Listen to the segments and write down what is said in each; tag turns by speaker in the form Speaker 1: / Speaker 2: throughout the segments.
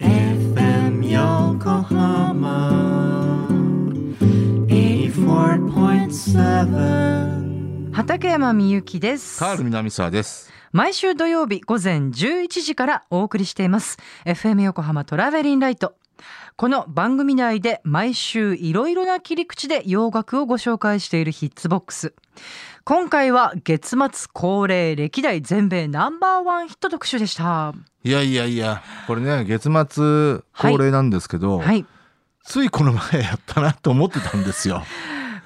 Speaker 1: FM Yokohama 84.7
Speaker 2: 畠山みゆきです
Speaker 3: カール南沢です。
Speaker 2: 毎週土曜日午前11時からお送りしています FM 横浜トラベリンライトこの番組内で毎週いろいろな切り口で洋楽をご紹介しているヒッツボックス今回は月末恒例歴代全米ナンバーワンヒット特集でした
Speaker 3: いやいやいや、これね、月末恒例なんですけど、
Speaker 2: はい
Speaker 3: ついこの前やったなと思ってたんですよ。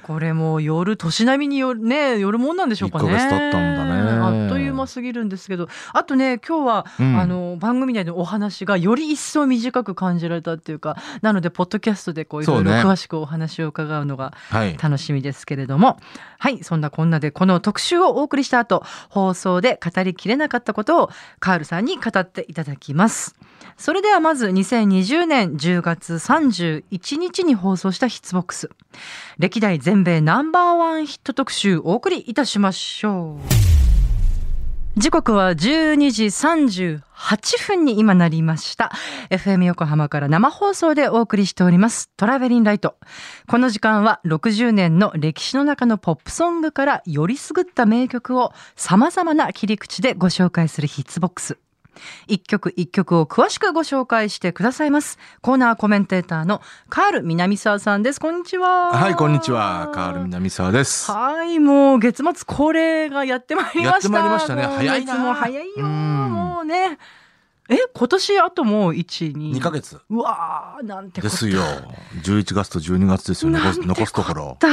Speaker 2: これもう夜年並みによね夜もんなんでしょうかね
Speaker 3: 一ヶ月経ったんだね
Speaker 2: あっという間すぎるんですけどあとね今日は
Speaker 3: うん
Speaker 2: あの番組内のお話がより一層短く感じられたっていうかなのでポッドキャストでこういろいろ
Speaker 3: そうね
Speaker 2: 詳しくお話を伺うのが
Speaker 3: はい。
Speaker 2: 楽しみですけれどもはいそんなこんなでこの特集をお送りした後放送で語りきれなかったことをカールさんに語っていただきますそれではまず2020年10月31日に放送したヒッツボックス歴代全米ナンバーワンヒット特集お送りいたしましょう時刻は12時38分に今なりました。FM 横浜から生放送でお送りしております。トラベリンライト。この時間は60年の歴史の中のポップソングからよりすぐった名曲を様々な切り口でご紹介するヒッツボックス。一曲一曲を詳しくご紹介してくださいます。コーナーコメンテーターのカール南沢さんです。こんにちは。
Speaker 3: はい、こんにちは。カール南沢です。
Speaker 2: はい、もう月末恒例がやってまいりました。
Speaker 3: やってまいりましたね
Speaker 2: もう
Speaker 3: 早いな
Speaker 2: 月も早いよ。
Speaker 3: うん
Speaker 2: もうね。え、今年あともう1、2。
Speaker 3: 2ヶ月
Speaker 2: うわー、なんてこ
Speaker 3: で
Speaker 2: と
Speaker 3: すよ。11月と12月ですよ。
Speaker 2: な
Speaker 3: 残
Speaker 2: んて
Speaker 3: す
Speaker 2: こ
Speaker 3: 残すところ。
Speaker 2: だ。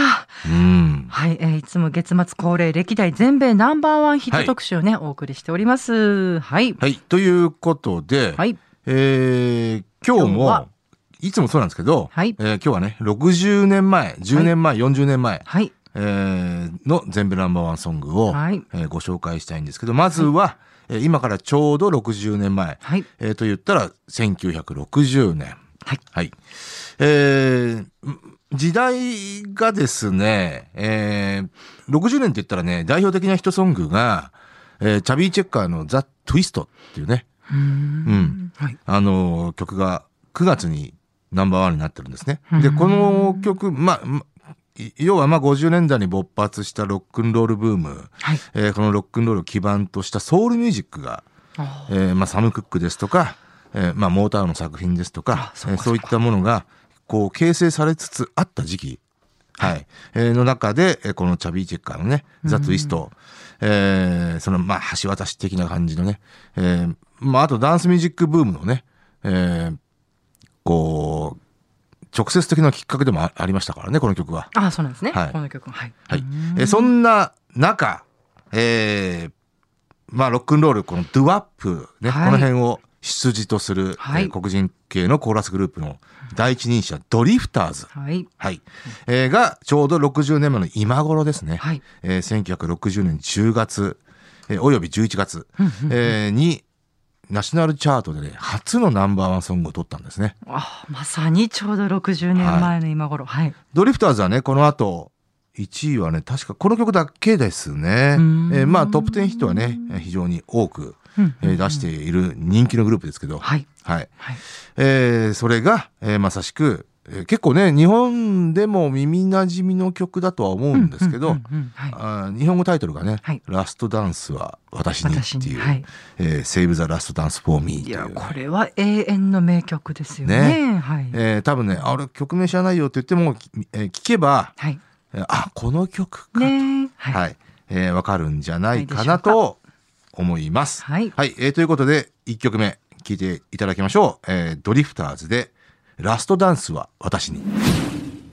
Speaker 3: うん。
Speaker 2: はい、えーいつも月末恒例、歴代全米ナンバーワンヒット特集をね、お送りしております。はい。
Speaker 3: はい、ということで、
Speaker 2: はい。
Speaker 3: えー今日
Speaker 2: 今日は
Speaker 3: も、いつもそうなんですけど、
Speaker 2: はい
Speaker 3: えー今日はね、60年前、10年前、40年前、
Speaker 2: はい。
Speaker 3: えーの全米ナンバーワンソングを、
Speaker 2: はい
Speaker 3: えーご紹介したいんですけど、まずは、えー今からちょうど60年前、
Speaker 2: はい。
Speaker 3: えーと言ったら1960年。
Speaker 2: はい。
Speaker 3: えーん時代がですね、えー60年って言ったらね、代表的なヒットソングが、えーチャビー・チェッカーのザ・トゥイストっていうね、
Speaker 2: うーん。
Speaker 3: うん
Speaker 2: はい。
Speaker 3: あのー曲が9月にナンバーワンになってるんですね。で、
Speaker 2: うん
Speaker 3: この曲、まあ、まい要はまあ50年代に勃発したロックンロールブーム、
Speaker 2: はい。
Speaker 3: えーこのロックンロールを基盤としたソウルミュージックが、
Speaker 2: あー
Speaker 3: えーまあ、サム・クックですとか、えーまあ、モーターの作品ですと
Speaker 2: あ
Speaker 3: か
Speaker 2: そう
Speaker 3: え
Speaker 2: か
Speaker 3: ーそういったものがこう形成されつつあった時期、はいえーの中で、えーこのチャビー・チェッカーのね「ザ・ツイスト」えーそのまあ橋渡し的な感じのね、えーまあ、あとダンスミュージックブームのね、えーこう直接的なきっかけでもあありましたからねこの曲は。
Speaker 2: あー、そうなんですね。
Speaker 3: はい
Speaker 2: この曲。はい。
Speaker 3: はい、えーそんな中、えーまあ、ロックンロールこのドゥワップ、ね
Speaker 2: はい
Speaker 3: この辺を出自とする、
Speaker 2: はい
Speaker 3: えー黒人系のコーラスグループの第一人者ドリフターズ、
Speaker 2: はい。
Speaker 3: はいえーがちょうど60年前の今頃ですね、
Speaker 2: はい。
Speaker 3: えー1960年10月、えーおよび11月、
Speaker 2: うんうん
Speaker 3: えーにナショナルチャートで、ね、初のナンバーワンソングを取ったんですね。
Speaker 2: あーまさにちょうど60年前の今頃。はい。
Speaker 3: ドリフターズはね、この後、1位はね、確かこの曲だけですね。
Speaker 2: う
Speaker 3: え
Speaker 2: ーん
Speaker 3: ーまあトップ10ヒットはね、えー非常に多く、
Speaker 2: うん
Speaker 3: えー出している人気のグループですけど、
Speaker 2: はい。
Speaker 3: はい。
Speaker 2: はい。
Speaker 3: えーそれが、えーまさしく、えー結構ね、日本でも耳馴染みの曲だとは思うんですけど、
Speaker 2: うんうんうんうんはい
Speaker 3: あー日本語タイトルがね、
Speaker 2: はい
Speaker 3: ラストダンスは私に
Speaker 2: 私
Speaker 3: っ
Speaker 2: に
Speaker 3: ていう、
Speaker 2: はい
Speaker 3: えー Save the Last Dance for Me と
Speaker 2: い
Speaker 3: い
Speaker 2: や
Speaker 3: う。
Speaker 2: これは永遠の名曲ですよね。はい、
Speaker 3: えー多分ね、あれ曲名知らないよって言っても、えー聞けば、
Speaker 2: はい、
Speaker 3: えーあ、この曲か
Speaker 2: ねはい、
Speaker 3: はい、えーわかるんじゃないか
Speaker 2: ない
Speaker 3: な
Speaker 2: でしょ
Speaker 3: と思います。
Speaker 2: はい
Speaker 3: えーということで、1曲目、聴いていただきましょう。えードリフターズで、ラストダンスは私に。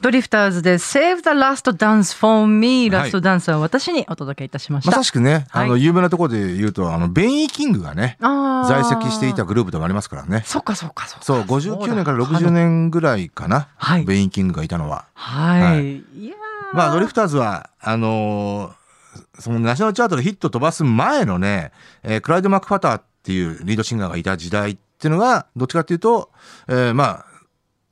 Speaker 2: ドリフターズで Save the Last Dance for Me
Speaker 3: はい
Speaker 2: ラストダンスは私にお届けいたしまし
Speaker 3: ま
Speaker 2: た。
Speaker 3: さしくね、
Speaker 2: はい
Speaker 3: あの有名なところで言うとあのベンイ・キングがね
Speaker 2: あー
Speaker 3: 在籍していた。グループでもありますからね
Speaker 2: そっかそっかそっか。
Speaker 3: そう59年から
Speaker 2: そうだ
Speaker 3: 60。年ぐらいかな、
Speaker 2: はい
Speaker 3: ベインキングがいたのは
Speaker 2: は。
Speaker 3: はい
Speaker 2: いやー
Speaker 3: まあドリフターズはあのーそのナショナルチャートでヒット飛ばす前のね、えークライド・マックファターっていうリードシンガーがいた時代っていうのがどっちかっていうと、えーま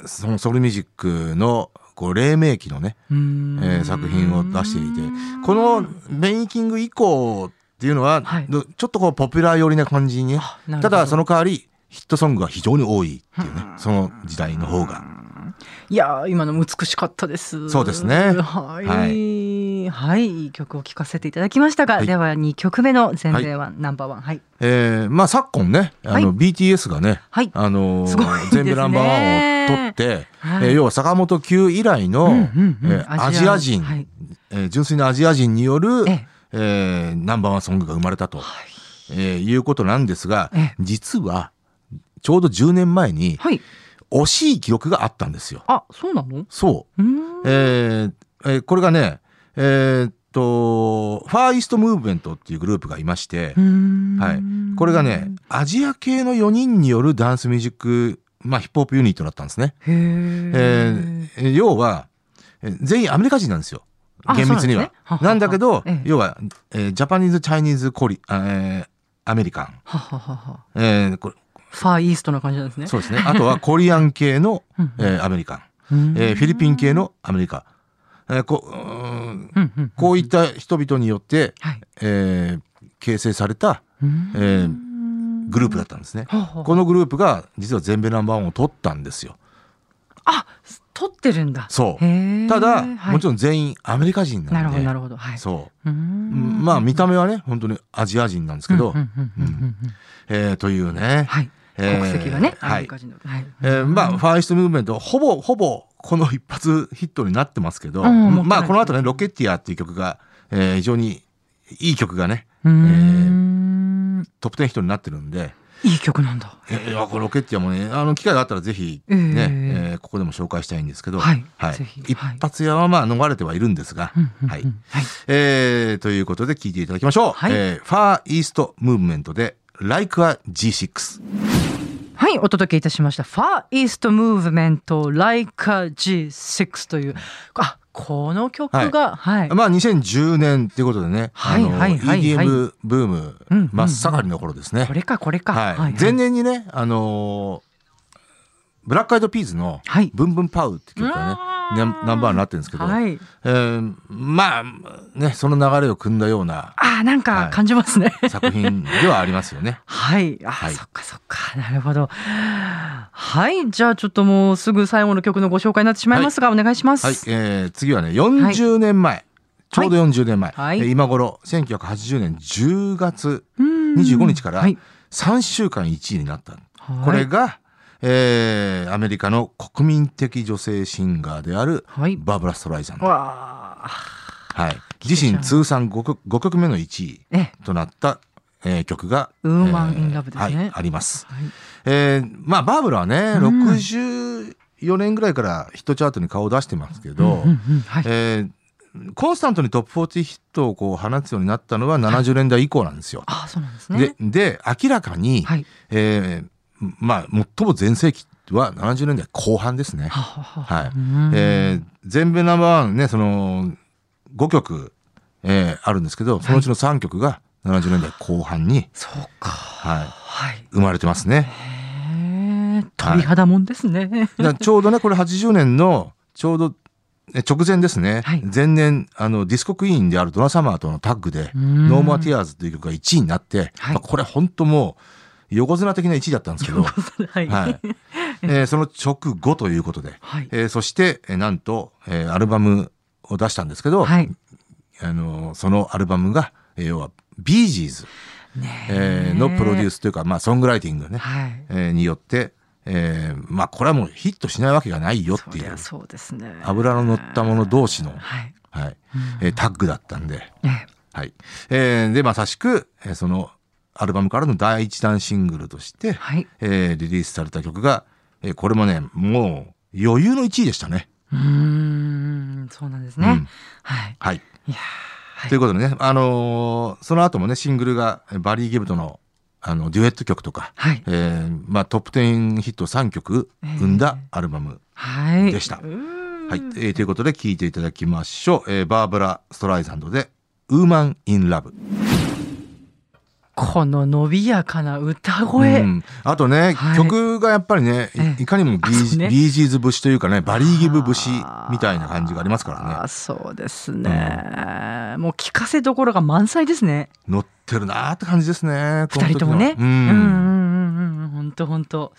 Speaker 3: あそのソウルミュージックのこう黎明期のね、
Speaker 2: うーん
Speaker 3: えー作品を出していてこのベインキング以降っていうのは、
Speaker 2: はい
Speaker 3: どちょっとこうポピュラー寄りな感じにね
Speaker 2: あなるほ
Speaker 3: た
Speaker 2: ど
Speaker 3: だその代わりヒットソングが非常に多いっていうねその時代の方が
Speaker 2: いやー今のも美しかったです。
Speaker 3: そうです
Speaker 2: は
Speaker 3: ね
Speaker 2: い。は、
Speaker 3: はい
Speaker 2: い、い曲を聴かせていただきましたが、
Speaker 3: はい
Speaker 2: では2曲目の全米ワン、ナンバーワン。はい。
Speaker 3: えーまあ昨今ねあの、
Speaker 2: は
Speaker 3: BTS がね、
Speaker 2: はい
Speaker 3: あのー
Speaker 2: すごいですね
Speaker 3: 全米ナンバーワンを取って、
Speaker 2: はい
Speaker 3: えー要は坂本九以来の、
Speaker 2: うんうんうん
Speaker 3: えーアジア人、
Speaker 2: はい
Speaker 3: えー純粋なアジア人による、
Speaker 2: え
Speaker 3: え
Speaker 2: え
Speaker 3: ーナンバーワンソングが生まれたと、
Speaker 2: はい。
Speaker 3: いえーいうことなんですが、
Speaker 2: ええ
Speaker 3: 実はちょうど10年前に
Speaker 2: はい。
Speaker 3: 惜しい記録があったんですよ。
Speaker 2: あ、そうなのう
Speaker 3: そう
Speaker 2: ーん。
Speaker 3: えーえーこれがね、えーっと、ファーイーストムーブメントっていうグループがいまして
Speaker 2: う、ーん
Speaker 3: はい。これがね、アジア系の4人によるダンスミュージック、まあヒップホップユニットだったんですね。
Speaker 2: へ
Speaker 3: え
Speaker 2: ー
Speaker 3: ーえー要は、えー全員アメリカ人なんですよ
Speaker 2: あ。
Speaker 3: 厳密に
Speaker 2: そうなんですね
Speaker 3: は
Speaker 2: はは。は
Speaker 3: なんだけど
Speaker 2: ええ、
Speaker 3: 要は、えージャパニーズ、チャイニーズ、コリ、あえーアメリカン。
Speaker 2: はははは。
Speaker 3: えーこれ
Speaker 2: ファーイーストな感じなんですね。
Speaker 3: そうですね。あとはコリアン系 の、えーアメリカン。
Speaker 2: うーん。
Speaker 3: えーフィリピン系のアメリカ。えーこううん
Speaker 2: うんうん。
Speaker 3: こういった人々によって、
Speaker 2: はい。
Speaker 3: えー形成された、
Speaker 2: うーん
Speaker 3: えーグループだったんですね。
Speaker 2: ははは
Speaker 3: このグループが実は全米ナンバーワンを取ったんですよ。
Speaker 2: あ、撮ってるんだ。
Speaker 3: そう
Speaker 2: へー
Speaker 3: ただ、もち
Speaker 2: ろ
Speaker 3: ろん全員アメリカ人
Speaker 2: なる
Speaker 3: なの
Speaker 2: ほ
Speaker 3: で
Speaker 2: ど、なるほど。はい。
Speaker 3: そう
Speaker 2: ー
Speaker 3: う、
Speaker 2: ん
Speaker 3: まあ見た目はね本当にアジア人なんですけど、
Speaker 2: うんうんうんうんうん
Speaker 3: えーというね、
Speaker 2: はい。
Speaker 3: えー
Speaker 2: 国籍がね、
Speaker 3: はい
Speaker 2: アメリカ人の。はい。
Speaker 3: えーまあファーイストムーブメントほぼほぼこの一発ヒットになってますけど、
Speaker 2: うんもったいない
Speaker 3: まあこの後ね「ロケッティア」っていう曲が、えー非常にいい曲がね
Speaker 2: うーん
Speaker 3: トップ10ヒットになってるんで。
Speaker 2: いい曲なんだ。
Speaker 3: えーいやこれロケッティアもねあの機会があったらぜひ
Speaker 2: え
Speaker 3: ね、
Speaker 2: ー
Speaker 3: えーここでも紹介したいんですけど、
Speaker 2: はいぜひ
Speaker 3: 一
Speaker 2: はい
Speaker 3: 発屋はまあ逃れてはいるんですが、は
Speaker 2: はい
Speaker 3: い。えーということで聞いていただきましょう、
Speaker 2: はい
Speaker 3: えーファーイーストムーブメントで「Like a G6」
Speaker 2: はい、お届けいたしました。ファーイーストムーブメント Like a G6 という。あ、この曲が、はい。
Speaker 3: まあ2010年っていうことでね、
Speaker 2: はい
Speaker 3: あの
Speaker 2: はいはい
Speaker 3: EDM ブーム
Speaker 2: うんうん
Speaker 3: 真っ盛りの頃ですね
Speaker 2: こ、れか、これか。
Speaker 3: はい前。年にね、あのーブラックアイドピーズの
Speaker 2: はい
Speaker 3: 「ブンブンパウ」って曲がね、ナンナンバーになってるんですけど、
Speaker 2: はい。
Speaker 3: えーまあねその流れを組んだような
Speaker 2: あー、なんか感じますね。。
Speaker 3: 作品ではありますよね
Speaker 2: はい。あ、
Speaker 3: はい
Speaker 2: そっかそっか。なるほど。はい。じゃあちょっともうすぐ最後の曲のご紹介になってしまいますが、お願いします。
Speaker 3: はい、えー次はね40年前、ちょうど40年前、
Speaker 2: はい
Speaker 3: えー今頃1980年10月
Speaker 2: うん
Speaker 3: 25日から
Speaker 2: はい
Speaker 3: 3週間1位になった、
Speaker 2: はい
Speaker 3: これが、えーアメリカの国民的女性シンガーである
Speaker 2: はい
Speaker 3: バーブラ・ストライザンド、
Speaker 2: わあ。
Speaker 3: はい、自身通算 5, 曲5曲目の1位
Speaker 2: ええ、
Speaker 3: となった、えー曲が「
Speaker 2: ウーマンインラブですね
Speaker 3: はい、あります。
Speaker 2: はい
Speaker 3: えーまあバーブラはね、
Speaker 2: うん
Speaker 3: 64年ぐらいからヒットチャートに顔を出してますけど、
Speaker 2: うんうんはい。
Speaker 3: えーコンスタントにトップ40ヒットをこう放つようになったのは70年代以降なんですよ。
Speaker 2: あ、そうなんですね。
Speaker 3: でで明らかに、
Speaker 2: はい。
Speaker 3: えーまあ最も全盛期は70年代後半ですね。
Speaker 2: ははは
Speaker 3: はい
Speaker 2: うん
Speaker 3: えー全米ナンバーワンねその5曲、えーあるんですけどそのうちの3曲が70年代後半に、
Speaker 2: そうか。
Speaker 3: はい、
Speaker 2: はい。
Speaker 3: 生まれてますね。
Speaker 2: へえ、鳥肌もんですね。
Speaker 3: だからちょうどねこれ80年のちょうどえ直前ですね、
Speaker 2: はい
Speaker 3: 前年あのディスコクイーンであるドラサマーとのタッグで「
Speaker 2: うん
Speaker 3: ノーマーティアーズ」という曲が1位になって、
Speaker 2: はい
Speaker 3: まあこれ本当もう横綱的な1位だったんですけ ど、
Speaker 2: はい。
Speaker 3: はいえーその直後ということで、
Speaker 2: はい。
Speaker 3: えーそして、えーなんと、えーアルバムを出したんですけど、
Speaker 2: はい。
Speaker 3: あのそのアルバムが、えー要はビージーズ、
Speaker 2: ね
Speaker 3: えーのプロデュー
Speaker 2: ス。
Speaker 3: スというか、まあ、ソングライティングね、
Speaker 2: はい。
Speaker 3: えーによって、えーまあ、これはもうヒットしないわけがないよって
Speaker 2: そり
Speaker 3: い
Speaker 2: ゃ
Speaker 3: う
Speaker 2: そうですね。
Speaker 3: 油の乗ったもの同士の、
Speaker 2: はい。
Speaker 3: はいえータッグだったんで、
Speaker 2: ね
Speaker 3: はいえーでまさしく、えーそのアルバムからの第一弾シングルとして、
Speaker 2: はい。
Speaker 3: えーリリースされた曲が、えーこれもねもう余裕の1位でしたね。
Speaker 2: うーんうん、そうなんですね。
Speaker 3: うん
Speaker 2: はい。
Speaker 3: はい。
Speaker 2: いやー、はい
Speaker 3: ということでね、あのーその後もね、シングルがえバリー・ギブとのあのデュエット曲とか、
Speaker 2: はい
Speaker 3: えーまあ、トップ10ヒット3曲生んだアルバム。
Speaker 2: はい。
Speaker 3: でしたは、
Speaker 2: はい
Speaker 3: えーということで聴いていただきましょう。えーバーブラ・ストライザンドで、ウーマン・イン・ラブ。
Speaker 2: この伸びやかな歌声。
Speaker 3: うんあとね、
Speaker 2: はい
Speaker 3: 曲がやっぱりね
Speaker 2: ええ
Speaker 3: いいかにもビ
Speaker 2: あそう
Speaker 3: ー,、
Speaker 2: ね
Speaker 3: ビージーズ節というかねバリーギブ節みたいな感じがありますか
Speaker 2: あ
Speaker 3: ら
Speaker 2: ー
Speaker 3: ね
Speaker 2: そうですね。もう聞かせどころが満載ですね。
Speaker 3: 乗ってるなーって感じですねこ
Speaker 2: 二人
Speaker 3: の時
Speaker 2: と
Speaker 3: の
Speaker 2: もね。
Speaker 3: う
Speaker 2: うん
Speaker 3: ん、
Speaker 2: うんうんうん。本当本当。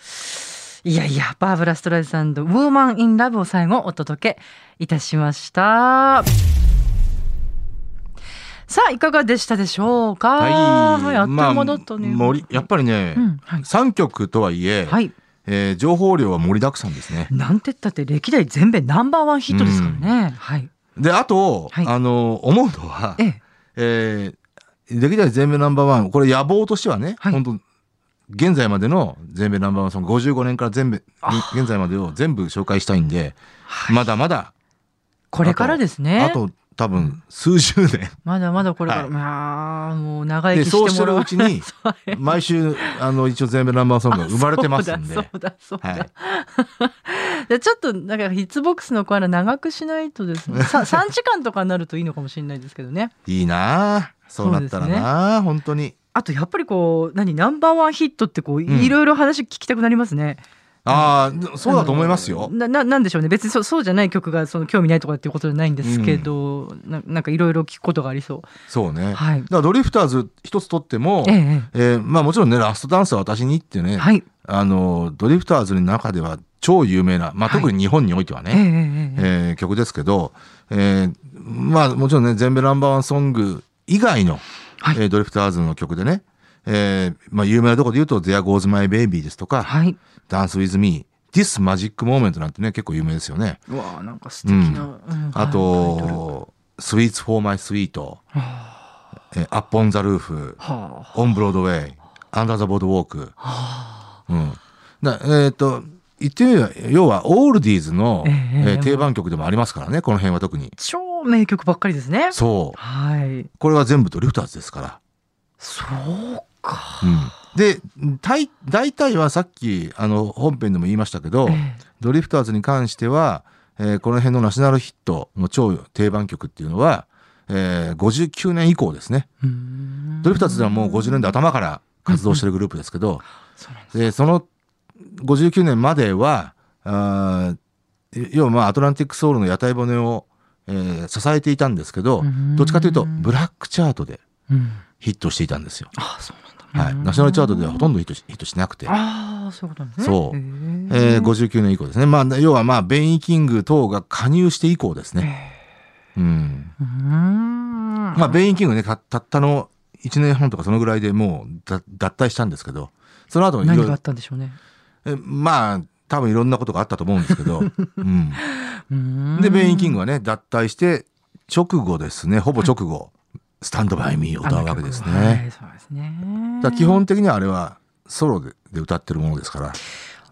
Speaker 2: いやいや、バーブラ・ストライザンド、ウーマン・イン・ラブを最後お届けいたしました。さあ、いかがでしたでしょうか。はい、あっという間だったね。
Speaker 3: まあ盛りやっぱりね、
Speaker 2: うん、はい。
Speaker 3: 三曲とはいえ、
Speaker 2: はい。
Speaker 3: えー情報量は盛りだくさんですね。
Speaker 2: なんて言ったって歴代全米ナンバーワンヒットですからね。はい。
Speaker 3: であと、
Speaker 2: はい
Speaker 3: あの思うのは
Speaker 2: え、え。
Speaker 3: えー歴代全米ナンバーワンこれ野望としてはね、
Speaker 2: はい
Speaker 3: 本当現在までの全米ナンバーワンソング55年から全部
Speaker 2: あ
Speaker 3: 現在までを全部紹介したいんで、まだまだ
Speaker 2: これからですね。
Speaker 3: あと多分数十年
Speaker 2: まだまだこれから、
Speaker 3: はい
Speaker 2: まあもう長生
Speaker 3: で
Speaker 2: き
Speaker 3: そう
Speaker 2: し
Speaker 3: してて
Speaker 2: もら
Speaker 3: る
Speaker 2: わ
Speaker 3: う ちに毎週あの一応全米ナンバーワンソングが生まれてますんで
Speaker 2: そうだそうだ。
Speaker 3: は
Speaker 2: そうだ
Speaker 3: い
Speaker 2: じゃあちょっとなんかヒッツボックスのコアラ長くしないと ですね。さ三時間とかになるといいのかもしれないですけどね。
Speaker 3: いいなあそうなったらなあ、本当に
Speaker 2: あとやっぱりこう何ナンバーワンヒットってこう、
Speaker 3: ん
Speaker 2: いろいろ話聞きたくなりますね。
Speaker 3: ああそうだと思います
Speaker 2: あ
Speaker 3: よ
Speaker 2: の。なななんでしょうね別にそうそうじゃない曲がその興味ないとかっていうことじゃないんですけど、ななんかいろいろ聞くことがありそ
Speaker 3: そうね、
Speaker 2: う。はい
Speaker 3: だ。からドリフターズ一つとっても、
Speaker 2: ええ
Speaker 3: え
Speaker 2: え
Speaker 3: ーまあ、もちろんねラストダンスは私にってね、
Speaker 2: えはい。
Speaker 3: あのドリフターズの中では超有名な、まあ、
Speaker 2: はい
Speaker 3: 特に日本においてはね、
Speaker 2: ええええええ
Speaker 3: えー曲ですけど、えーまあもちろんね全米ナンバーワンソング以外の、
Speaker 2: はい
Speaker 3: えードリフターズの曲でね、えーまあ、有名なとこで言うと「There Goes My Baby」ですとか「
Speaker 2: はい。
Speaker 3: Dance With Me」「This Magic Moment」なんてね結構有名ですよね。
Speaker 2: うわあなんか素敵な。うん
Speaker 3: あ
Speaker 2: はいタイトル
Speaker 3: と「Sweets for My Sweet」えー「Up on the Roof」
Speaker 2: は
Speaker 3: 「On Broadway」「Under the Boardwalk」うん、だえーっと言ってみれば要はオールディーズの、
Speaker 2: え
Speaker 3: え
Speaker 2: え
Speaker 3: ー定番曲でもありますからねこの辺は特に。
Speaker 2: 超名曲ばっかりですね。
Speaker 3: そう
Speaker 2: はい。
Speaker 3: これは全部ドリフターズですから。
Speaker 2: そうか。
Speaker 3: うん、で大大体はさっきあの本編でも言いましたけど、
Speaker 2: ええ
Speaker 3: ドリフターズに関しては、えーこの辺のナショナルヒットの超定番曲っていうのは、えー59年以降ですね
Speaker 2: うーん
Speaker 3: ドリフターズではもう50年代頭から活動してるグループですけど、
Speaker 2: そうなんです
Speaker 3: でその59年まではあー要はまあアトランティックソウルの屋台骨を、えー支えていたんですけど
Speaker 2: うん
Speaker 3: どっちかというとブラックチャートで
Speaker 2: うん
Speaker 3: ヒットしていたんですよ。
Speaker 2: あそうなんだ。
Speaker 3: は
Speaker 2: う
Speaker 3: い、
Speaker 2: ん
Speaker 3: ナショナルチャートではほとんどヒットしヒットしなくて、
Speaker 2: ああそういうことなんですね。
Speaker 3: そう
Speaker 2: え
Speaker 3: えー、59年以降ですね、まあ、要は、まあ、ベイン・キング等が加入して以降ですね、うん
Speaker 2: うーん。
Speaker 3: まあ、ベイン・キングねかたったの1年半とかそのぐらいでもうだ脱退したんですけどその後いろい
Speaker 2: 何があ
Speaker 3: ろ
Speaker 2: ったんでしょうね。
Speaker 3: えまあ多分いろんなことがあったと思うんですけ ど、うん、
Speaker 2: うーん
Speaker 3: でベイン・キングはね脱退して直後ですねほぼ直後「スタンド・バイ・ミー」を歌うわけです
Speaker 2: あの曲はは
Speaker 3: ね
Speaker 2: い、そうですね。
Speaker 3: だから基本的にはあれはソロでで歌ってるものですから。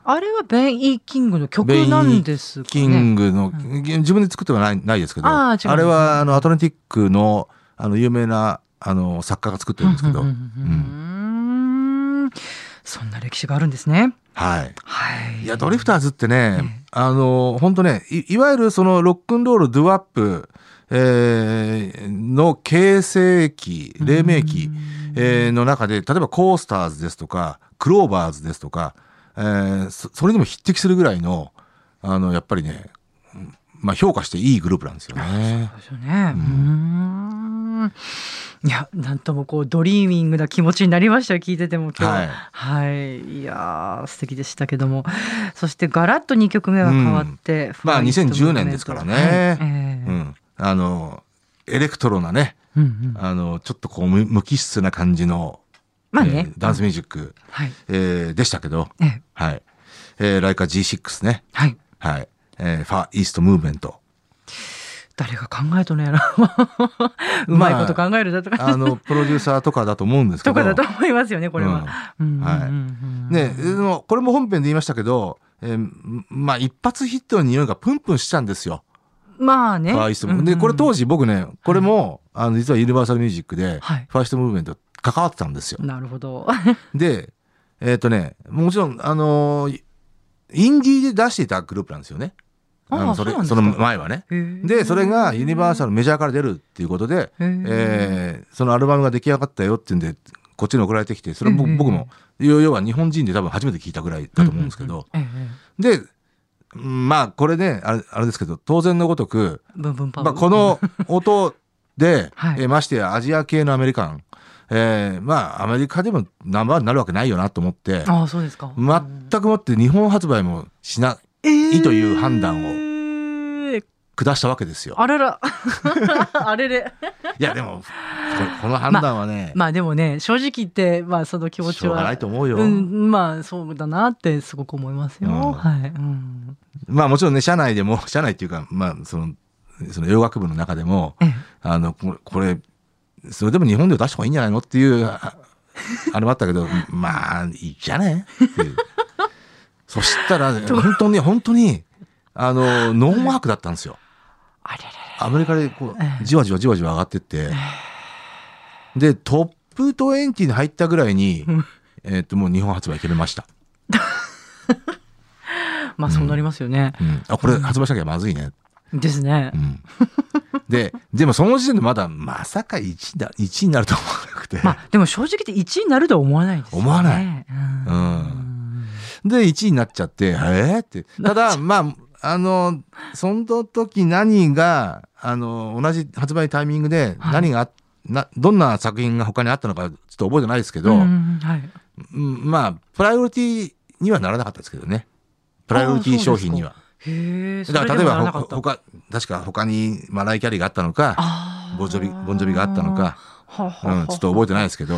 Speaker 2: あれはベインキングの曲なんですかね。
Speaker 3: キングの、
Speaker 2: う
Speaker 3: 自分で作ってはないないですけど
Speaker 2: あ
Speaker 3: あ
Speaker 2: ー違う
Speaker 3: れはあのアトランティックのあの有名なあの作家が作ってるんですけど、
Speaker 2: うんうんうんうんそんな歴史があるんですね。
Speaker 3: はい、
Speaker 2: はい。
Speaker 3: いやドリフターズってね、
Speaker 2: ええ
Speaker 3: あの本当ねいいわゆるそのロックンロールドゥアップ、えーの形成期黎明期、えーの中で例えばコースターズですとかクローバーズですとか、えーそそれにも匹敵するぐらいのあのやっぱりね、まあ、評価していいグループなんですよね。
Speaker 2: そうですよね。うーん。いや、なんともこうドリーミングな気持ちになりましたよ。聞いてても今日。
Speaker 3: はい
Speaker 2: はい。い、やー素敵でしたけども、そしてガラッと二曲目は変わって、
Speaker 3: まあ
Speaker 2: フライトムーブ
Speaker 3: 2010
Speaker 2: メント
Speaker 3: 年ですからね
Speaker 2: はいええ
Speaker 3: うん、あのエレクトロなね
Speaker 2: うんうん
Speaker 3: あのちょっとこう無無機質な感じの、
Speaker 2: まあ
Speaker 3: え
Speaker 2: ね
Speaker 3: ー。ダンスミュージック、
Speaker 2: はい。
Speaker 3: えーでしたけど、
Speaker 2: ええ
Speaker 3: はいえー、ライカ G6 ね、
Speaker 2: はい。
Speaker 3: はいえー、ファーイーストムーブメント
Speaker 2: 誰が考えとんのやろ うまいこと考えるだとか、
Speaker 3: あのプロデューサーとかだと思うんですけ
Speaker 2: と
Speaker 3: ど
Speaker 2: かだと思いますよねこれは。うんうんうん
Speaker 3: はい
Speaker 2: うん
Speaker 3: ね、でもこれも本編で言いましたけど、えーまあ一発ヒットの匂いがプンプンしたんですよ。
Speaker 2: まあね
Speaker 3: ファーイストムーブメントでこれ当
Speaker 2: 時
Speaker 3: 時僕ねこれも、あの実はユニバーサルミュージックで、
Speaker 2: はい
Speaker 3: ファーイストムーブメント関わってたんですよ。
Speaker 2: なるほど
Speaker 3: でえっ、とねもちろんあのーインディーで出していたグループなんですよね。
Speaker 2: あー
Speaker 3: のそれ
Speaker 2: そうなんです
Speaker 3: そ
Speaker 2: か
Speaker 3: の前はね。でそれがユニバーサ
Speaker 2: ル
Speaker 3: ルメジャーから出るっていうことで、
Speaker 2: へー
Speaker 3: えーそのアルバムが出来上がったよっていうんでこっちに送られてきてそれは僕,、
Speaker 2: うんうんうん
Speaker 3: 僕も要要は日本人で多分初めて聞いたぐらいだと思うんですけど、でうんまあこれねあれあれですけど当然のごとく、
Speaker 2: ブンブンパ
Speaker 3: まあ、この音で、
Speaker 2: はい
Speaker 3: えーましてやアジア系のアメリカン、えーまあアメリカでもナンバーワンになるわけないよなと思って
Speaker 2: ああそうですか
Speaker 3: 全くもって日本発売もしな
Speaker 2: え
Speaker 3: いいという判断を
Speaker 2: を
Speaker 3: 下したわけですよ。
Speaker 2: あらら あれれ
Speaker 3: いやでもこれこの判断はね、
Speaker 2: まあでもね正直言ってまあその気持
Speaker 3: し
Speaker 2: ち
Speaker 3: ょうがな
Speaker 2: はい
Speaker 3: と思うよ。
Speaker 2: うんまあそうだなってすごく思いますよ、
Speaker 3: うん
Speaker 2: はい、うん、
Speaker 3: まあもちろんね、社内でも、 社内っていうか、まあその、その洋楽部の中でも、
Speaker 2: ええ
Speaker 3: あの、これ、これそれでも日本で出した方がいいんじゃないのっていう、あ あれもあったけど、まあ、いいじゃねっていう。 そし たら、本当に、本当に、あの、ノーマークだったんですよ。
Speaker 2: あれれ
Speaker 3: アメリカでこ
Speaker 2: ええ
Speaker 3: う、じわじわじわじわ上がってって。で、トップ20に入ったぐらいに
Speaker 2: うん、
Speaker 3: えっと、もう日本発売決めました。
Speaker 2: れまあそうなりますよね、
Speaker 3: うん、あ、これ発売しなきゃまずいね。
Speaker 2: ですね
Speaker 3: う、んで、でもその時点でまだまさか1だ、1になると思わなくて。
Speaker 2: まあでも正直言って1位になるとは思わないですよね
Speaker 3: 思わない、
Speaker 2: う
Speaker 3: うんで、1位になっちゃって、えー、って。ただ、まあ、あの、その時何が、あの、同じ発売タイミングで
Speaker 2: はい
Speaker 3: 何があ、などんな作品が他にあったのかちょっと覚えてないですけど、
Speaker 2: うんはい、
Speaker 3: うんまあ、プライオリティにはならなかったですけどね。プライオリティ商品には。
Speaker 2: へえそれ
Speaker 3: だか
Speaker 2: で
Speaker 3: ら
Speaker 2: も
Speaker 3: 例
Speaker 2: なら
Speaker 3: えば
Speaker 2: なか
Speaker 3: ほ
Speaker 2: った
Speaker 3: 他、確か他にマライキャリーがあったのか、
Speaker 2: あー
Speaker 3: ボンジョビ、ボンジョビがあったのか、
Speaker 2: ははは
Speaker 3: うん、ちょっと覚えてないですけど。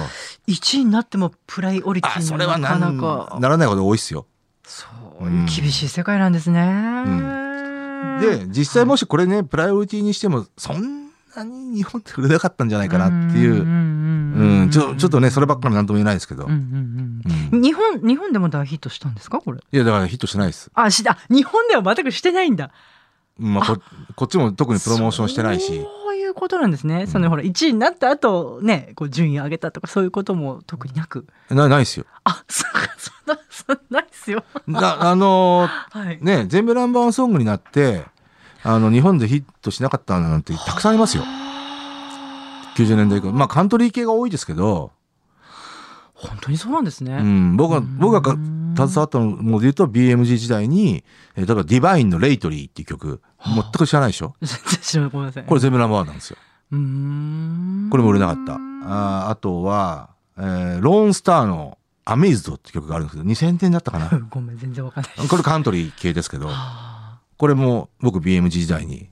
Speaker 2: 1位になってもプライオリテ
Speaker 3: あ、
Speaker 2: ィ
Speaker 3: そ
Speaker 2: に
Speaker 3: れは
Speaker 2: はな
Speaker 3: な
Speaker 2: かなんか
Speaker 3: ならないこと多いっすよ。
Speaker 2: そういう厳しい世界なんですね、
Speaker 3: で、実際もしこれね、プライオリティにしても、そんなに日本って売れなかったんじゃないかなっていう。うん、ちょちょっとね、そればっかりなんとも言えないですけど。
Speaker 2: うんうん
Speaker 3: うん
Speaker 2: うん、日本日本でも大ヒットしたんですかこれ
Speaker 3: いや、だからヒットしないです。
Speaker 2: あしあ日本では全くしてないんだ
Speaker 3: まあ、ここっちも特にプロモーションしてないし。
Speaker 2: そういうことなんですね、そのほら1位になった後ねこう順位上げたとかそういうことも特になく
Speaker 3: なないですよ。
Speaker 2: あそうかそんなそんなですよ
Speaker 3: な、あの
Speaker 2: はい
Speaker 3: ーね、全米ナンバーワンソングになって、あの、日本でヒットしなかったなんてたくさんありますよ。90年代以降。まあ、カントリー系が多いですけど、
Speaker 2: 本当にそうなんですね、
Speaker 3: うん、僕は、
Speaker 2: うん
Speaker 3: 僕がか携わったので言うと BMG 時代に、えー例えば「ディバインのレイトリー」っていう曲全く知らないでしょ
Speaker 2: 全然知らないごめんなさい
Speaker 3: これ全部ナンバーワンなんですよ
Speaker 2: うーん
Speaker 3: これも売れなかったあーあとは、えーローンスターの「アメイズド」って曲があるんですけど2000点だったか な
Speaker 2: ごめん全然わかんないです
Speaker 3: これカントリー系ですけど
Speaker 2: あ
Speaker 3: これも僕 BMG 時代に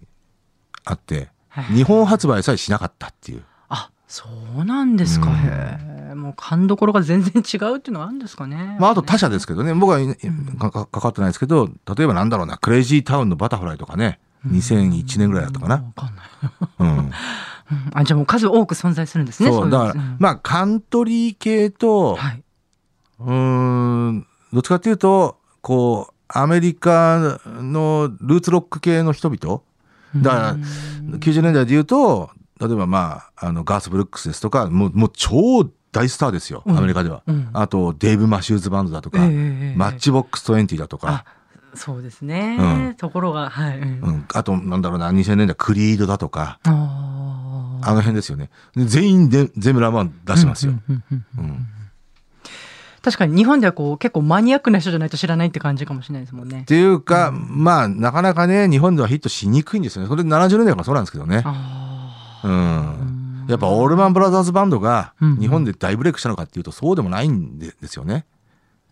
Speaker 3: あって
Speaker 2: ー
Speaker 3: 日本発売さえしなかったっていう
Speaker 2: あそうなんですか、
Speaker 3: うん
Speaker 2: へえもう勘どころが全然違うっていうのはあるんですかね
Speaker 3: まああと他社ですけどね僕はいかか関わってないですけど例えばなんだろうな「クレイジータウンのバタフライ」とかね2001年ぐらいだったかな
Speaker 2: わかんない、
Speaker 3: うん
Speaker 2: うんあじゃあもう数多く存在するんですね
Speaker 3: そうだから、
Speaker 2: ま
Speaker 3: まあカントリー系と、
Speaker 2: はい、
Speaker 3: うーんどっちかっていうとこうアメリカのルーツロック系の人々だから
Speaker 2: うん
Speaker 3: 90年代でいうと例えばまああのガース・ブルックスですとかもうもう超大スターですよ
Speaker 2: うん
Speaker 3: アメリカでは、
Speaker 2: うん
Speaker 3: あとデイブ・マシューズ・バンドだとか、
Speaker 2: ええええ
Speaker 3: マッチボックス20だとか
Speaker 2: あそうですね、
Speaker 3: うん
Speaker 2: ところがはい、うん
Speaker 3: あ,、うん、あとなんだろうな2000年代クリードだとか
Speaker 2: あー
Speaker 3: あの辺ですよねで全員で全部ラマン出してますよ、
Speaker 2: うんうんうんうん
Speaker 3: うん
Speaker 2: 確かに日本ではこう結構マニアックな人じゃないと知らないって感じかもしれないですもんね
Speaker 3: っていうか、まあ、なかなかね、日本ではヒットしにくいんですよね。それ70年代からそうなんですけどね。
Speaker 2: あ
Speaker 3: う
Speaker 2: あ
Speaker 3: ん。やっぱ、オールマンブラザーズバンドが
Speaker 2: うん
Speaker 3: 日本で大ブレイクしたのかっていうと、そうでもないんでですよね。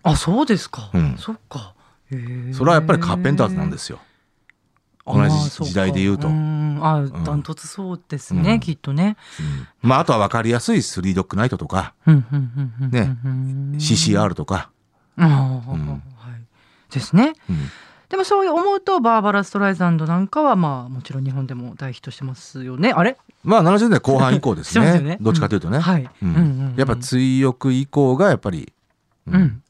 Speaker 2: あそうですか、
Speaker 3: うん
Speaker 2: そっかへえ
Speaker 3: それはやっぱりカーペンターズなんですよ。
Speaker 2: あ
Speaker 3: 同
Speaker 2: まあ
Speaker 3: じ
Speaker 2: そうか
Speaker 3: 時代で言うと。
Speaker 2: んあ
Speaker 3: ん
Speaker 2: ダントツそうですね、
Speaker 3: うん
Speaker 2: きっとね。
Speaker 3: うんまあ、あとは分かりやすいスリードッグナイトとか、
Speaker 2: うんうんうんうん
Speaker 3: ね
Speaker 2: うん
Speaker 3: CCR とか。
Speaker 2: あー
Speaker 3: うん
Speaker 2: はいですね。
Speaker 3: うん
Speaker 2: でもそういう思うとバーバラ・ストライザンドなんかはまあもちろん日本でも大ヒットしてますよねあれ
Speaker 3: まあ、70年代後半以降です
Speaker 2: そうです
Speaker 3: ね。
Speaker 2: よね
Speaker 3: どっちかというとね。
Speaker 2: はい、
Speaker 3: うんやっぱ追憶以降がやっぱり、う
Speaker 2: うんん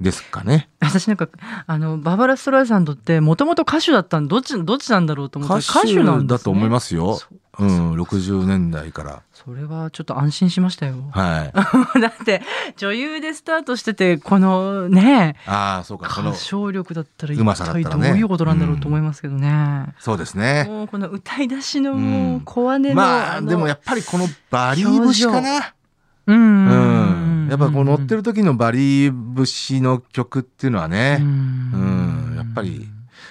Speaker 3: ですかね。
Speaker 2: 私なんかあのバーバラ・ストライサンドってもともと歌手だったんどっちどっちなんだろうと思ったら
Speaker 3: 歌手
Speaker 2: なんですね
Speaker 3: だと思いますよ
Speaker 2: そ。
Speaker 3: うん、60年代から。
Speaker 2: それはちょっと安心しましたよ
Speaker 3: はい。
Speaker 2: だって女優でスタートしててこのね
Speaker 3: ああ、そうか、そ
Speaker 2: 歌
Speaker 3: の、
Speaker 2: 唱力だったら
Speaker 3: うまさだった
Speaker 2: 一体
Speaker 3: ら
Speaker 2: どう
Speaker 3: ね
Speaker 2: いうことなんだろうと思いますけどね、
Speaker 3: そうですね。
Speaker 2: もうこの歌い出しの
Speaker 3: うん
Speaker 2: 小姉の、
Speaker 3: まあ、
Speaker 2: の
Speaker 3: でもやっぱりこのバリー節かな。
Speaker 2: うんうん
Speaker 3: うん。やっぱこう乗って
Speaker 2: る
Speaker 3: る時のバリー節の曲っていうのはね、
Speaker 2: ん
Speaker 3: うんやっぱり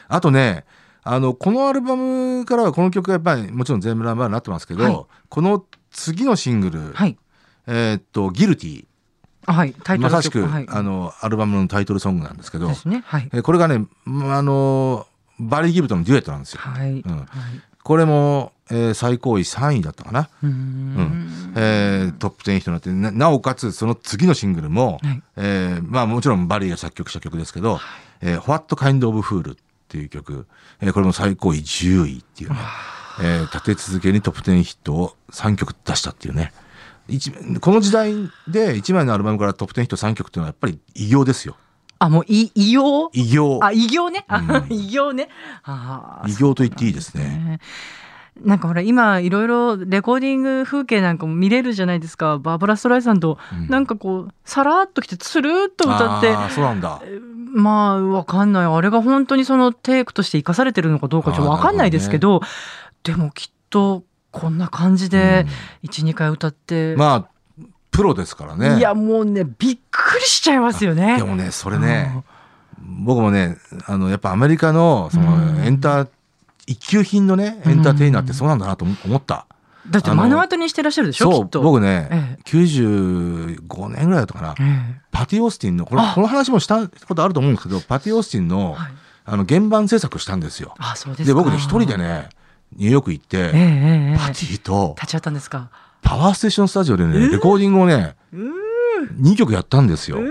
Speaker 3: あとね、あの、このアルバムからはこの曲がやっぱりもちろん全部ナンバーになってますけど、
Speaker 2: はい
Speaker 3: この次のシングル、
Speaker 2: はい
Speaker 3: えーっと、ギルティ。
Speaker 2: あはいタイト
Speaker 3: ま
Speaker 2: ル曲
Speaker 3: さしく、
Speaker 2: はい、
Speaker 3: あの、アルバムのタイトルソングなんですけど
Speaker 2: で、すねはい
Speaker 3: えこれがね、まあの、バリー・ギブとのデュエットなんですよ。
Speaker 2: はい、
Speaker 3: うん
Speaker 2: はい
Speaker 3: これも、えー最高位3位だったかな。
Speaker 2: うーん
Speaker 3: えートップ10ヒットになってななおかつその次のシングルも、
Speaker 2: はい
Speaker 3: えーまあ、もちろんバリーが作曲した曲ですけど「えー What Kind of Fool」っていう曲、えーこれも最高位10位っていうね、えー立て続けにトップ10ヒットを3曲出したっていうね一この時代で1枚のアルバムからトップ10ヒット3曲っていうのはやっぱり偉業ですよ
Speaker 2: あもうい異様
Speaker 3: 偉業
Speaker 2: あ異業ね、あ
Speaker 3: うん
Speaker 2: 異業ねあー
Speaker 3: 偉業と言っていいですね。
Speaker 2: ねなんかほら今いろいろレコーディング風景なんかも見れるじゃないですかバーバラ・ストライさんと、
Speaker 3: うん
Speaker 2: なんかこうさらっときてつるっと歌って
Speaker 3: あーそうなんだ
Speaker 2: まあわかんないあれが本当にそのテイクとして生かされてるのかどうかちょっとわかんないですけどでもきっとこんな感じで12、回歌って、
Speaker 3: まあプロですからね
Speaker 2: いやもうねびっくりしちゃいますよね。
Speaker 3: でもねそれね僕もねあのやっぱアメリカのそ
Speaker 2: うん
Speaker 3: のエンター一級品のねエンターテイナーってそうなんだなと思思った、
Speaker 2: うんだって目の当たりにしてらっしゃるでしょ
Speaker 3: そ
Speaker 2: きっ
Speaker 3: う
Speaker 2: と。
Speaker 3: 僕ね、
Speaker 2: え
Speaker 3: 95年ぐらいだったかな
Speaker 2: ええ
Speaker 3: パティ・オースティンのこの
Speaker 2: あ
Speaker 3: この話もしたことあると思うんですけどパティ・オースティンの,、
Speaker 2: えはい、
Speaker 3: あの原版制作したんですよ
Speaker 2: あそうで
Speaker 3: です
Speaker 2: か
Speaker 3: 僕ね一人でねニューヨーク行っ
Speaker 2: ええ
Speaker 3: て、
Speaker 2: ええ
Speaker 3: パティと
Speaker 2: 立ち会ったんですか。
Speaker 3: パワーステーションスタジオでねレコーディングをね2曲やったんですよ
Speaker 2: うわ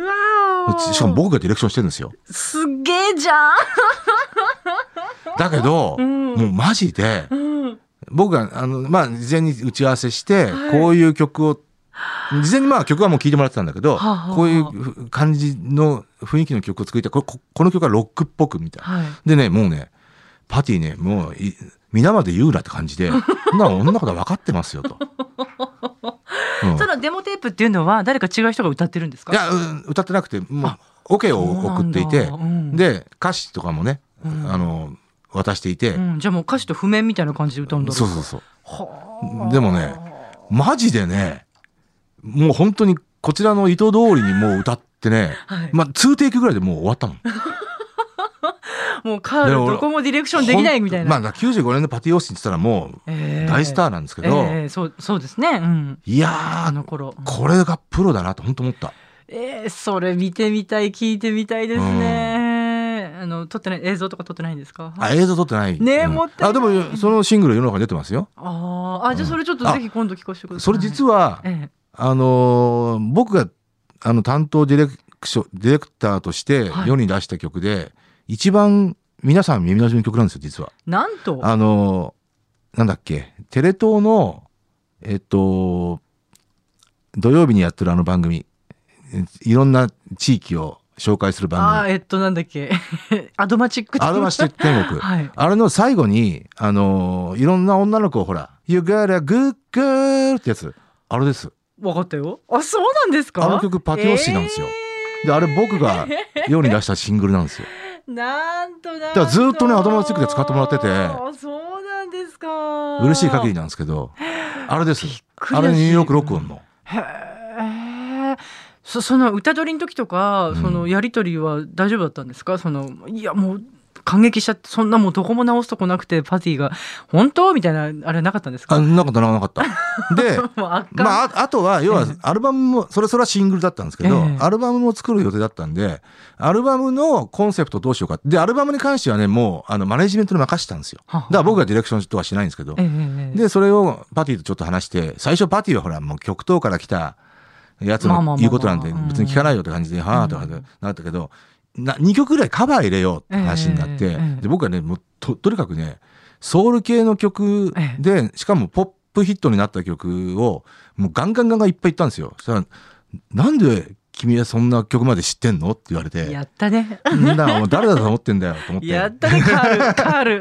Speaker 2: ー
Speaker 3: しかも僕がディレクションしてるんですよ
Speaker 2: すげえじゃん。
Speaker 3: だけど、
Speaker 2: うん
Speaker 3: もうマジで、
Speaker 2: うん
Speaker 3: 僕があの、まあ、事前に打ち合わせして、
Speaker 2: はい
Speaker 3: こういう曲を事前にまあ曲はもう聴いてもらってたんだけど、
Speaker 2: はあはあはあ
Speaker 3: こういう感じの雰囲気の曲を作りたいこれここの曲はロックっぽくみたいな。
Speaker 2: はい。
Speaker 3: でねもうねパティねもうい皆まで言うなって感じで「そんな女のこと分かってますよ」と。うん
Speaker 2: そのデモテープっていうのは誰か違う人が歌ってるんですか。
Speaker 3: いや、うん歌ってなくてもう
Speaker 2: あ
Speaker 3: OK を送っていて、
Speaker 2: そうなんだ
Speaker 3: で歌詞とかもね、
Speaker 2: うん
Speaker 3: あの渡していて、
Speaker 2: うん、じゃあもう歌詞と譜面みたいな感じで歌うんだろ
Speaker 3: そうそうそう
Speaker 2: はあ
Speaker 3: でもねマジでね、もう本当にこちらの意図通りにもう歌ってね、
Speaker 2: はい
Speaker 3: まあ、2テイクぐらいでもう終わったの。
Speaker 2: もうカール
Speaker 3: でも俺
Speaker 2: どこもディレクションできないみたいな、
Speaker 3: ほんとまあ、95年のパティ・オースティンって言ったらもう
Speaker 2: ええ
Speaker 3: 大スターなんですけど、
Speaker 2: ええそうそうですねうん
Speaker 3: い
Speaker 2: あ
Speaker 3: やー、
Speaker 2: の頃うん
Speaker 3: これがプロだなと本当思った。
Speaker 2: ええそれ見てみたい聞いてみたいですね、あの撮ってない映像とか撮ってないんですか
Speaker 3: あ、映像撮ってない。
Speaker 2: ねえ
Speaker 3: うん
Speaker 2: もったいない
Speaker 3: あ、でもそのシングル世の中に出てますよ。
Speaker 2: あーあじゃあそれちょっと
Speaker 3: うん
Speaker 2: ぜひ今度聞かせてください、
Speaker 3: それ実は、
Speaker 2: え
Speaker 3: あのー僕があの担当ディレクション、ディレクターとして
Speaker 2: はい
Speaker 3: 世に出した曲で、一番皆さん耳馴染みの曲なんですよ、実は。
Speaker 2: えなんと
Speaker 3: あのーなんだっけ、テレ東の、えっと、土曜日にやってるあの番組、えいろんな地域を紹介する
Speaker 2: あ
Speaker 3: 番
Speaker 2: ーえっとなんだっけ アドマチック
Speaker 3: 組、アドバステ天国。
Speaker 2: はい
Speaker 3: あれの最後に、あのーいろんな女の子をほら、You got a good girl ってやつ、あれです。
Speaker 2: わかったよあそうなんですか
Speaker 3: あの曲パティオッシーなんですよ
Speaker 2: ええ
Speaker 3: で、あれ僕が世に出したシングルなんです よ。
Speaker 2: なんとなんとだ
Speaker 3: からずっとねアドマチックで使ってもらってて
Speaker 2: あそうなんですか
Speaker 3: 嬉しい限り
Speaker 2: びっ
Speaker 3: なんですけど、あれです。
Speaker 2: くり
Speaker 3: あ
Speaker 2: だし
Speaker 3: れニューヨーク録音の。
Speaker 2: へえそその歌取りの時とか、
Speaker 3: うん
Speaker 2: そのやり取りは大丈夫だったんですかそのいやもう感激しちゃってそんなもうどこも直すとこなくてパティが「本当?」みたいなあれなかったんです
Speaker 3: あ、
Speaker 2: か
Speaker 3: なかったなかった。で、
Speaker 2: もう圧巻、
Speaker 3: まあ、ああとは、要は
Speaker 2: ええ、
Speaker 3: アルバムも、それ、それはシングルだったんですけど、
Speaker 2: ええ
Speaker 3: アルバムも作る予定だったんで、アルバムのコンセプトどうしようか。で、アルバムに関してはね、もう、あの、マネジメントに任せてたんですよ。
Speaker 2: は
Speaker 3: だ
Speaker 2: は
Speaker 3: から僕がディレクションとはしないんですけど
Speaker 2: ええ、ええ
Speaker 3: で、それをパティとちょっと話して、最初パティはほら、もう極東から来たやつ
Speaker 2: まあまあま
Speaker 3: の
Speaker 2: あ
Speaker 3: 言うことなんて
Speaker 2: まあまあ
Speaker 3: 別に聞かないよって感じで、はあとかでなったけど、な2曲ぐらいカバー入れようって話になって、
Speaker 2: ええええ
Speaker 3: で、僕はね、もうと、とにかくね、ソウル系の曲で、しかもポップヒットになった曲を、もうガンガンガンガンいっぱいいったんですよ。そしたら、なんで君はそんな曲まで知ってんの?」って言われて
Speaker 2: やったね。
Speaker 3: 「んなもう誰だと思ってんだよ」と思って
Speaker 2: やったね、カール。カール。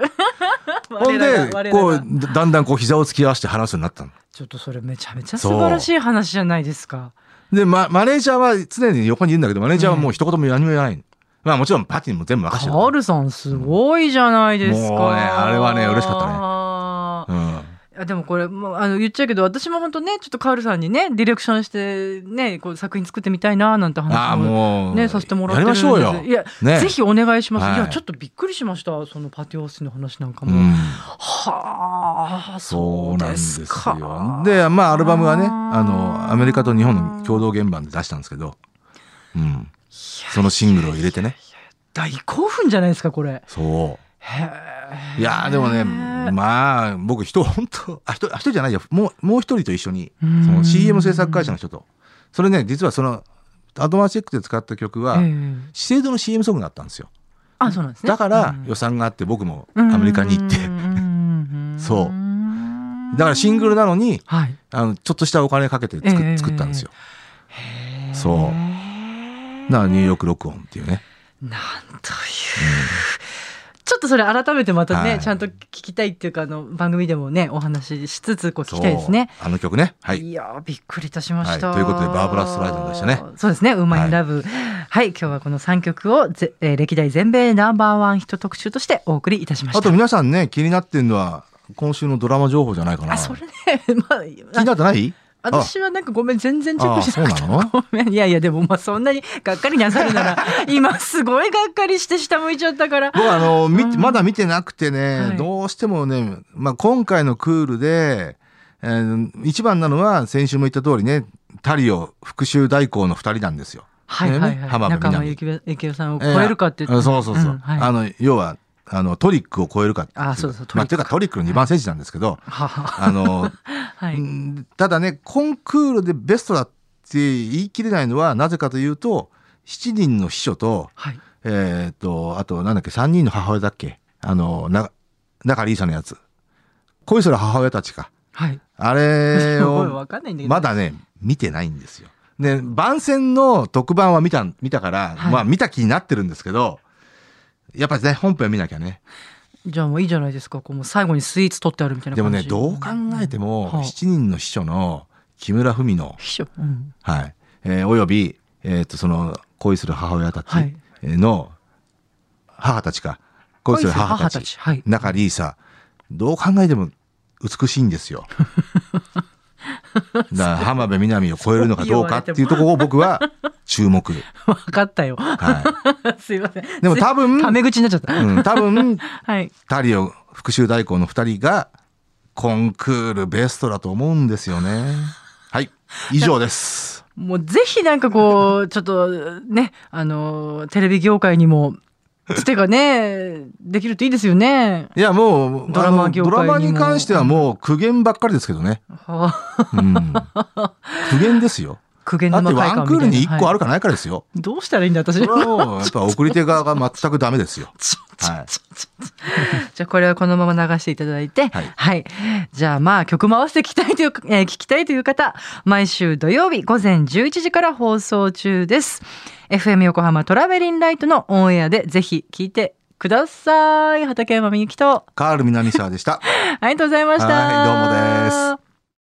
Speaker 3: ほん
Speaker 2: 我
Speaker 3: で
Speaker 2: らが
Speaker 3: こ
Speaker 2: 我ら
Speaker 3: う
Speaker 2: が
Speaker 3: だんだんこう膝を突き合わせて話すようになったの。
Speaker 2: ちょっとそれめちゃめちゃ素
Speaker 3: そう
Speaker 2: 晴らしい話じゃないですか。
Speaker 3: で、ま、マネージャーは常に横にいるんだけどマネージャーはもう一言も何も言わない、まあもちろんパティにも全部
Speaker 2: カ
Speaker 3: 任せてる
Speaker 2: ールさんすごいじゃないですか。
Speaker 3: もうねあれはね嬉しかったね
Speaker 2: ね。
Speaker 3: うん
Speaker 2: いやでもこれもうあの言っちゃうけど私も本当ねちょっとカールさんにねディレクションしてねこう作品作ってみたいななんて
Speaker 3: ああ
Speaker 2: 話も
Speaker 3: もう
Speaker 2: ねさせてもらって
Speaker 3: や
Speaker 2: る
Speaker 3: り
Speaker 2: ん
Speaker 3: ま
Speaker 2: です
Speaker 3: しょうよ
Speaker 2: いや、
Speaker 3: ね
Speaker 2: ぜひお願いします、
Speaker 3: はい
Speaker 2: い、やちょっとびっくりしましたそのパティオースティンの話なんか
Speaker 3: う
Speaker 2: も、
Speaker 3: ん
Speaker 2: はあ
Speaker 3: そうなんです
Speaker 2: か
Speaker 3: よでまあアルバムはねあ
Speaker 2: あ
Speaker 3: の
Speaker 2: ー
Speaker 3: アメリカと日本の共同現場で出したんですけど、うん、そのシングルを入れてね
Speaker 2: 大興奮じゃないですかこれ
Speaker 3: そ
Speaker 2: へ
Speaker 3: う
Speaker 2: え
Speaker 3: いやーでもねまあ僕人本当あ人あ一人じゃないよもうもう一人と一緒に
Speaker 2: う
Speaker 3: そ
Speaker 2: ん
Speaker 3: の CM 制作会社の人とそれね実はそのアドマーチェックで使った曲は、
Speaker 2: ええ
Speaker 3: 資生堂の CM ソングだったんですよ
Speaker 2: あそうなんですね
Speaker 3: だから
Speaker 2: うん
Speaker 3: 予算があって僕もアメリカに行って
Speaker 2: うんうんうんうん
Speaker 3: そう
Speaker 2: うん
Speaker 3: だからシングルなのに
Speaker 2: はい
Speaker 3: あのちょっとしたお金かけて作,、
Speaker 2: ええ
Speaker 3: 作ったんですよ
Speaker 2: へー
Speaker 3: そうだからニューヨーク録音っていうね
Speaker 2: なんという。ちょっとそれ改めてまたね、
Speaker 3: はい
Speaker 2: ちゃんと聞きたいっていうかあの番組でもねお話ししつつこう聞きたいですね。
Speaker 3: そうあの曲ねはい
Speaker 2: いやーびっくりいたしました、
Speaker 3: はいということでバーバラストライドンでしたね
Speaker 2: そうですね「ウーマン・ラブ」はい今日はこの3曲をぜ、えー歴代全米ナンバーワンヒット特集としてお送りいたしました
Speaker 3: あと皆さんね気になってるのは今週のドラマ情報じゃないかな
Speaker 2: あそれね まあ
Speaker 3: 気になってないあ
Speaker 2: 私はなんかごめん全然チェックしてなかった
Speaker 3: あそうなの
Speaker 2: ごめ んいやいやでもまあそんなにがっかりなさるな ら今すごいがっかりして下向いちゃったから
Speaker 3: 僕はあの見て
Speaker 2: うん
Speaker 3: まだ見てなくてね、
Speaker 2: はい
Speaker 3: どうしてもね、まあ、今回のクールで、えー一番なのは先週も言った通りねタリオ復讐代行の二人なんですよ。
Speaker 2: はいはいはい、
Speaker 3: 浜
Speaker 2: 中
Speaker 3: 辺美
Speaker 2: 間
Speaker 3: 波
Speaker 2: 由紀恵恵夫さんを 超えるかって言って、
Speaker 3: えーそうそうそう、
Speaker 2: んはい、
Speaker 3: あの要はあのトリックを超えるかってい
Speaker 2: あそうそう
Speaker 3: まあ、
Speaker 2: ト
Speaker 3: というかトリックの2番選手なんです けど、
Speaker 2: はは
Speaker 3: あの、
Speaker 2: はい、
Speaker 3: うんただねコンクールでベストだって言い切れないのはなぜかというと7人の秘書と,、
Speaker 2: はい、
Speaker 3: えー、とあとなんだっけ3人の母親だっけあのな中里依紗のやつ恋する母親たちか
Speaker 2: はい、
Speaker 3: あれ
Speaker 2: ごめん
Speaker 3: を
Speaker 2: わかんないんだけど、
Speaker 3: まだね見てないんですよ。で番宣の特番は見た見たから、
Speaker 2: はい
Speaker 3: まあ見た気になってるんですけどやっぱりね本編見なきゃね。
Speaker 2: じゃあもういいじゃないですかこうもう最後にスイーツ取ってあるみたいな
Speaker 3: でも
Speaker 2: 感じ
Speaker 3: ねどう考えても
Speaker 2: はあ
Speaker 3: 7人の秘書の木村文乃
Speaker 2: 秘書、うん、
Speaker 3: はい。えーおよび、えっ、と、その、恋する母親たち
Speaker 2: はい
Speaker 3: の、母たちか。恋する母たち。
Speaker 2: はい
Speaker 3: 中リーサ。どう考えても美しいんで すよ。だから浜辺美波を超えるのかどうかっていうところを僕は注目。
Speaker 2: わかったよ
Speaker 3: は
Speaker 2: すいません
Speaker 3: い。でも
Speaker 2: た
Speaker 3: 多分、
Speaker 2: タメ口になっちゃった、
Speaker 3: うん、多分、
Speaker 2: はい
Speaker 3: タリオ復讐代行の二人が、コンクールベストだと思うんですよね。はい。以上です。
Speaker 2: もうぜひなんかこうちょっとねあのテレビ業界にもつてがねできるといいですよね
Speaker 3: いやもう
Speaker 2: ドラマ業界にも
Speaker 3: あのドラマに関してはもう苦言ばっかりですけどね、
Speaker 2: はあ
Speaker 3: うん、苦言ですよ
Speaker 2: 苦言
Speaker 3: だ
Speaker 2: の
Speaker 3: ってワンクールに1個あ
Speaker 2: る、
Speaker 3: るかないかですよ、
Speaker 2: どうしたらいいんだ私
Speaker 3: それはもうやっぱ送り手側が全くダメですよ
Speaker 2: ちょちょ
Speaker 3: はい
Speaker 2: ちょちょじゃあこれはこのまま流していただいて、は
Speaker 3: はいい、
Speaker 2: じゃあまあ曲も合わせて聞きたいという、えー聞きたいという方、毎週土曜日午前11時から放送中です。FM 横浜トラベリンライトのオンエアでぜひ聞いてください。畠山みゆきと、
Speaker 3: カール南沢でした
Speaker 2: ありがとうございました。
Speaker 3: はいどうもです。